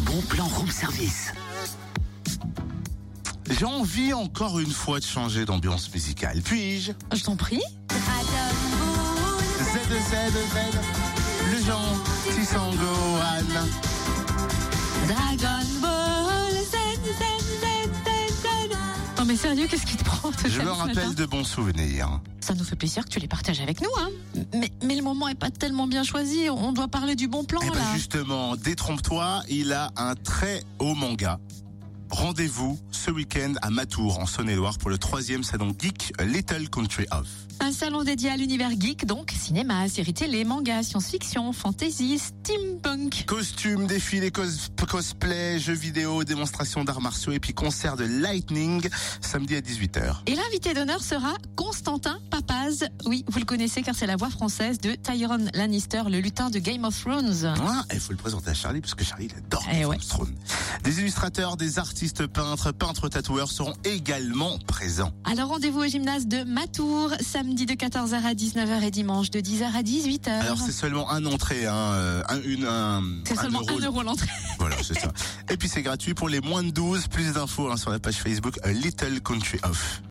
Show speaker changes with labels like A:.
A: bon plan room service.
B: J'ai envie encore une fois de changer d'ambiance musicale. Puis-je
C: Je t'en prie.
B: Z, Z, Z, le genre Tissango, Anne.
C: Dragon Ball Z, Z, Z, Z, Z. Non mais sérieux, qu'est-ce qui te prend
B: Je
C: ce
B: me
C: samedi matin
B: rappelle de bons souvenirs. Eh
C: Ça nous fait plaisir que tu les partages avec nous, hein. Mais, mais le moment est pas tellement bien choisi. On doit parler du bon plan
B: Eh ben
C: là.
B: justement, détrompe-toi, il a un très haut manga. Rendez-vous ce week-end à Matour, en Saône-et-Loire, pour le troisième salon geek Little Country Off.
C: Un salon dédié à l'univers geek, donc cinéma, séries télé, manga, science-fiction, fantasy, steampunk.
B: Costumes, défilés, cos- cosplay, jeux vidéo, démonstrations d'arts martiaux et puis concert de Lightning samedi à 18h.
C: Et l'invité d'honneur sera Constantin Papaz. Oui, vous le connaissez car c'est la voix française de Tyrone Lannister, le lutin de Game of Thrones.
B: Ah, il faut le présenter à Charlie parce que Charlie il adore
C: Eh
B: Game of
C: ouais.
B: Thrones. Des illustrateurs, des artistes, peintres, peintres, tatoueurs seront également présents.
C: Alors rendez-vous au gymnase de Matour, samedi de 14h à 19h et dimanche de 10h à 18h.
B: Alors c'est seulement un entrée, hein, euh, un, une, un,
C: Ah. c'est
B: un
C: seulement
B: euro.
C: 1 euro l'entrée.
B: Voilà, c'est ça. Et puis c'est gratuit pour les moins de 12. Plus d'infos hein, sur la page Facebook euh, Little Country Off.